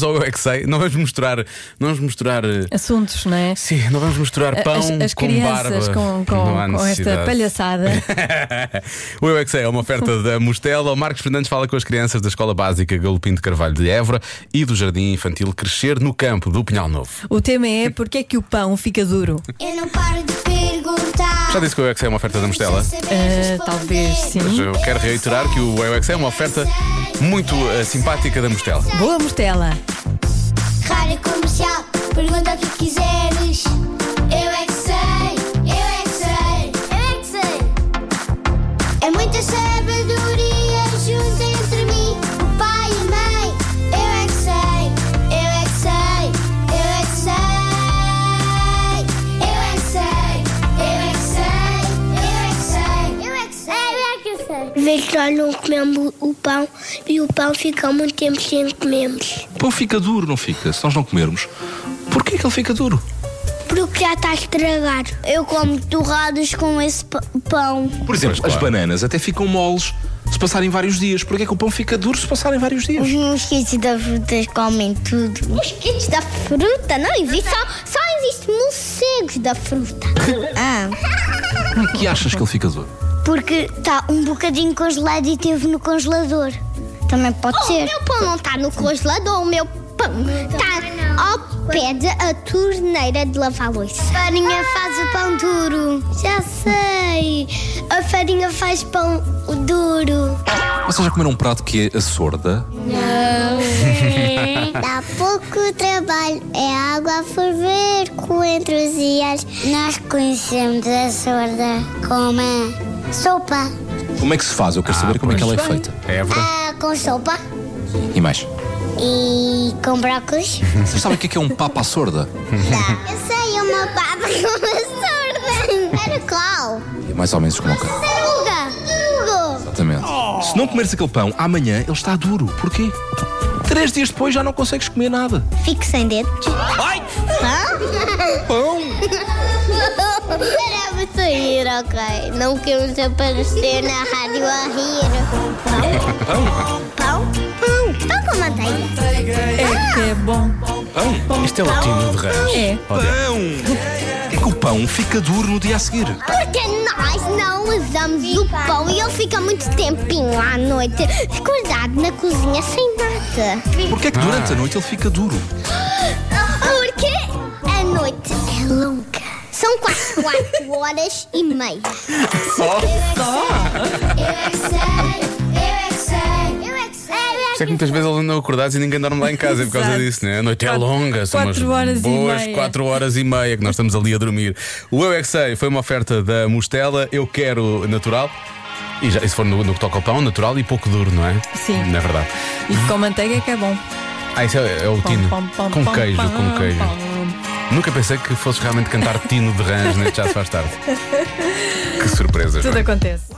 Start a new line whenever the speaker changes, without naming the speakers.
só eu é que sei. Não vamos misturar. Não vamos misturar. eh,
Assuntos, não é?
Sim, não vamos misturar pão
as as
com
crianças
barba.
com, com-
Não há
com
necessidade.
esta palhaçada.
o Eu é que sei é uma oferta da Mostela. O Marcos Fernandes fala com as crianças da Escola Básica Galopim de Carvalho de Évora e do Jardim Infantil Crescer no Campo do Pinhal Novo.
O tema é porque é que o pão fica duro?
Eu não paro de perguntar.
Já disse que o Eu é que sei é uma oferta da Mostela?
Ah, talvez
Mas
sim.
eu quero reiterar que o Eu é que sei é uma oferta muito eh, simpática da Mostela.
Boa mostela!
Rádio comercial, pergunta o que quiseres. Eu é que sei, eu é que sei, eu é que sei. É muita sabedoria junta entre mim, o pai e a mãe. Eu é que sei, eu é que sei, eu é que sei. Eu é que sei, eu é que sei, eu é que sei, eu é que sei. Eu é que sei.
Vez que nós não comemos o pão e o pão fica muito tempo sem comermos.
O pão fica duro, não fica? Se nós não comermos, porquê é que ele fica duro?
Porque já está a estragar. Eu como torradas com esse pão.
Por exemplo, as bananas até ficam moles se passarem vários dias. Porquê é que o pão fica duro se passarem vários dias?
mosquitos da fruta comem tudo. Mosquitos da fruta? Não existe, só, só existe morcegos da fruta. ah,
Porquê que achas que ele fica duro?
porque está um bocadinho congelado e teve no congelador. Também pode ser. Oh, O meu pão não está no congelador, o meu pão está ao pé da torneira de lavar louça.
Farinha faz o pão duro. Já sei. A farinha faz pão duro.
Vocês já comeram um prato que é a sorda?
Dá pouco trabalho. É água a ferver coentros e as. Nós conhecemos a sorda como a sopa.
Como é que se faz? Eu quero saber como é que ela é feita.
Évora.
Ah, com sopa
E mais?
e com brócolis.
Vocês sabem o que é, que é um papa à sorda?
Eu sei, uma papa com a sorda. Era qual?
É mais ou menos como o que
Taruga. Taruga.
Exatamente. Se não comeres aquele pão, amanhã ele está duro. Porquê? Três dias depois já não consegues comer nada.
Fico sem dedos. Ai! Pão? Pão! Era muito rir, ok? Não queremos aparecer na rádio a rir. Pão? Pão? Pão? Pão com manteiga.
É que é bom.
Pão?
Isto é latino de rãs.
É.
Pão! É que o pão fica duro no dia a seguir.
Porque nós não usamos o pão e ele fica muito tempinho lá à noite, guardado na cozinha sem nada.
Porquê é que durante a noite ele fica duro?
Porque a noite é longa. São quase 4 horas e meia.
Só?
Eu é que sei, eu é que sei, eu é que sei, eu é
Isto é que muitas vezes eles andam acordados e ninguém dorme lá em casa é por causa
Exato.
disso, né? A noite é
Quatro-
longa, são
quatro
umas
horas e
boas
meia.
4 horas e meia que nós estamos ali a dormir. O Eu é que sei foi uma oferta da Mostela, eu quero natural. E já, isso for no, no que toca ao pão, natural e pouco duro, não é?
Sim.
Na verdade.
E com manteiga é que é bom.
Ah, isso é, é o Tino. com queijo, com queijo.
pão.
Nunca pensei que fosse realmente cantar Tino de Rãs, né? Já se faz tarde. Que surpresas. não
Tudo
é?
acontece.